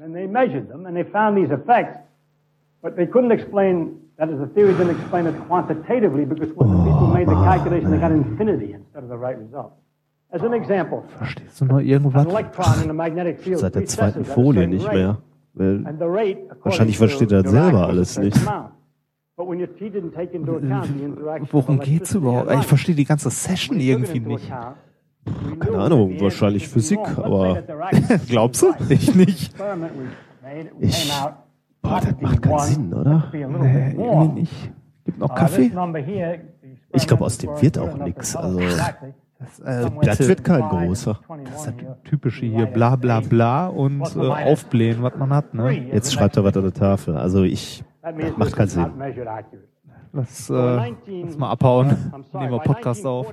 And they measured them and they found these effects, but they couldn't explain, that is, the theory didn't explain it quantitatively because when Oh, the people made the calculation, they got infinity instead of the right result. As an example, Verstehst du noch an irgendwas? electron in a magnetic field Seit der recesses zweiten at a Folie certain nicht rate. mehr. Weil And the rate, according Wahrscheinlich to versteht er Dirac, selber was a alles certain nicht. Äh, amount. But when your T didn't take into account the interaction of Worum geht's electricity überhaupt? and Ich light. verstehe die ganze Session irgendwie nicht. Keine Keine Ahnung, wahrscheinlich Physik, aber Glaubst du? Ich nicht. Ich- boah, das macht keinen Sinn, oder? Äh, irgendwie nicht. Gibt Uh, noch Kaffee? Ich glaub, aus dem wird auch nix, also- Das, äh, Das bitte. wird kein großer. Das ist das typische hier, bla bla bla und äh, aufblähen, was man hat. Ne? jetzt schreibt er was an der Tafel. Also ich, das macht keinen Sinn. Äh, Lass, äh, lass mal abhauen. Nehmen wir Podcast auf.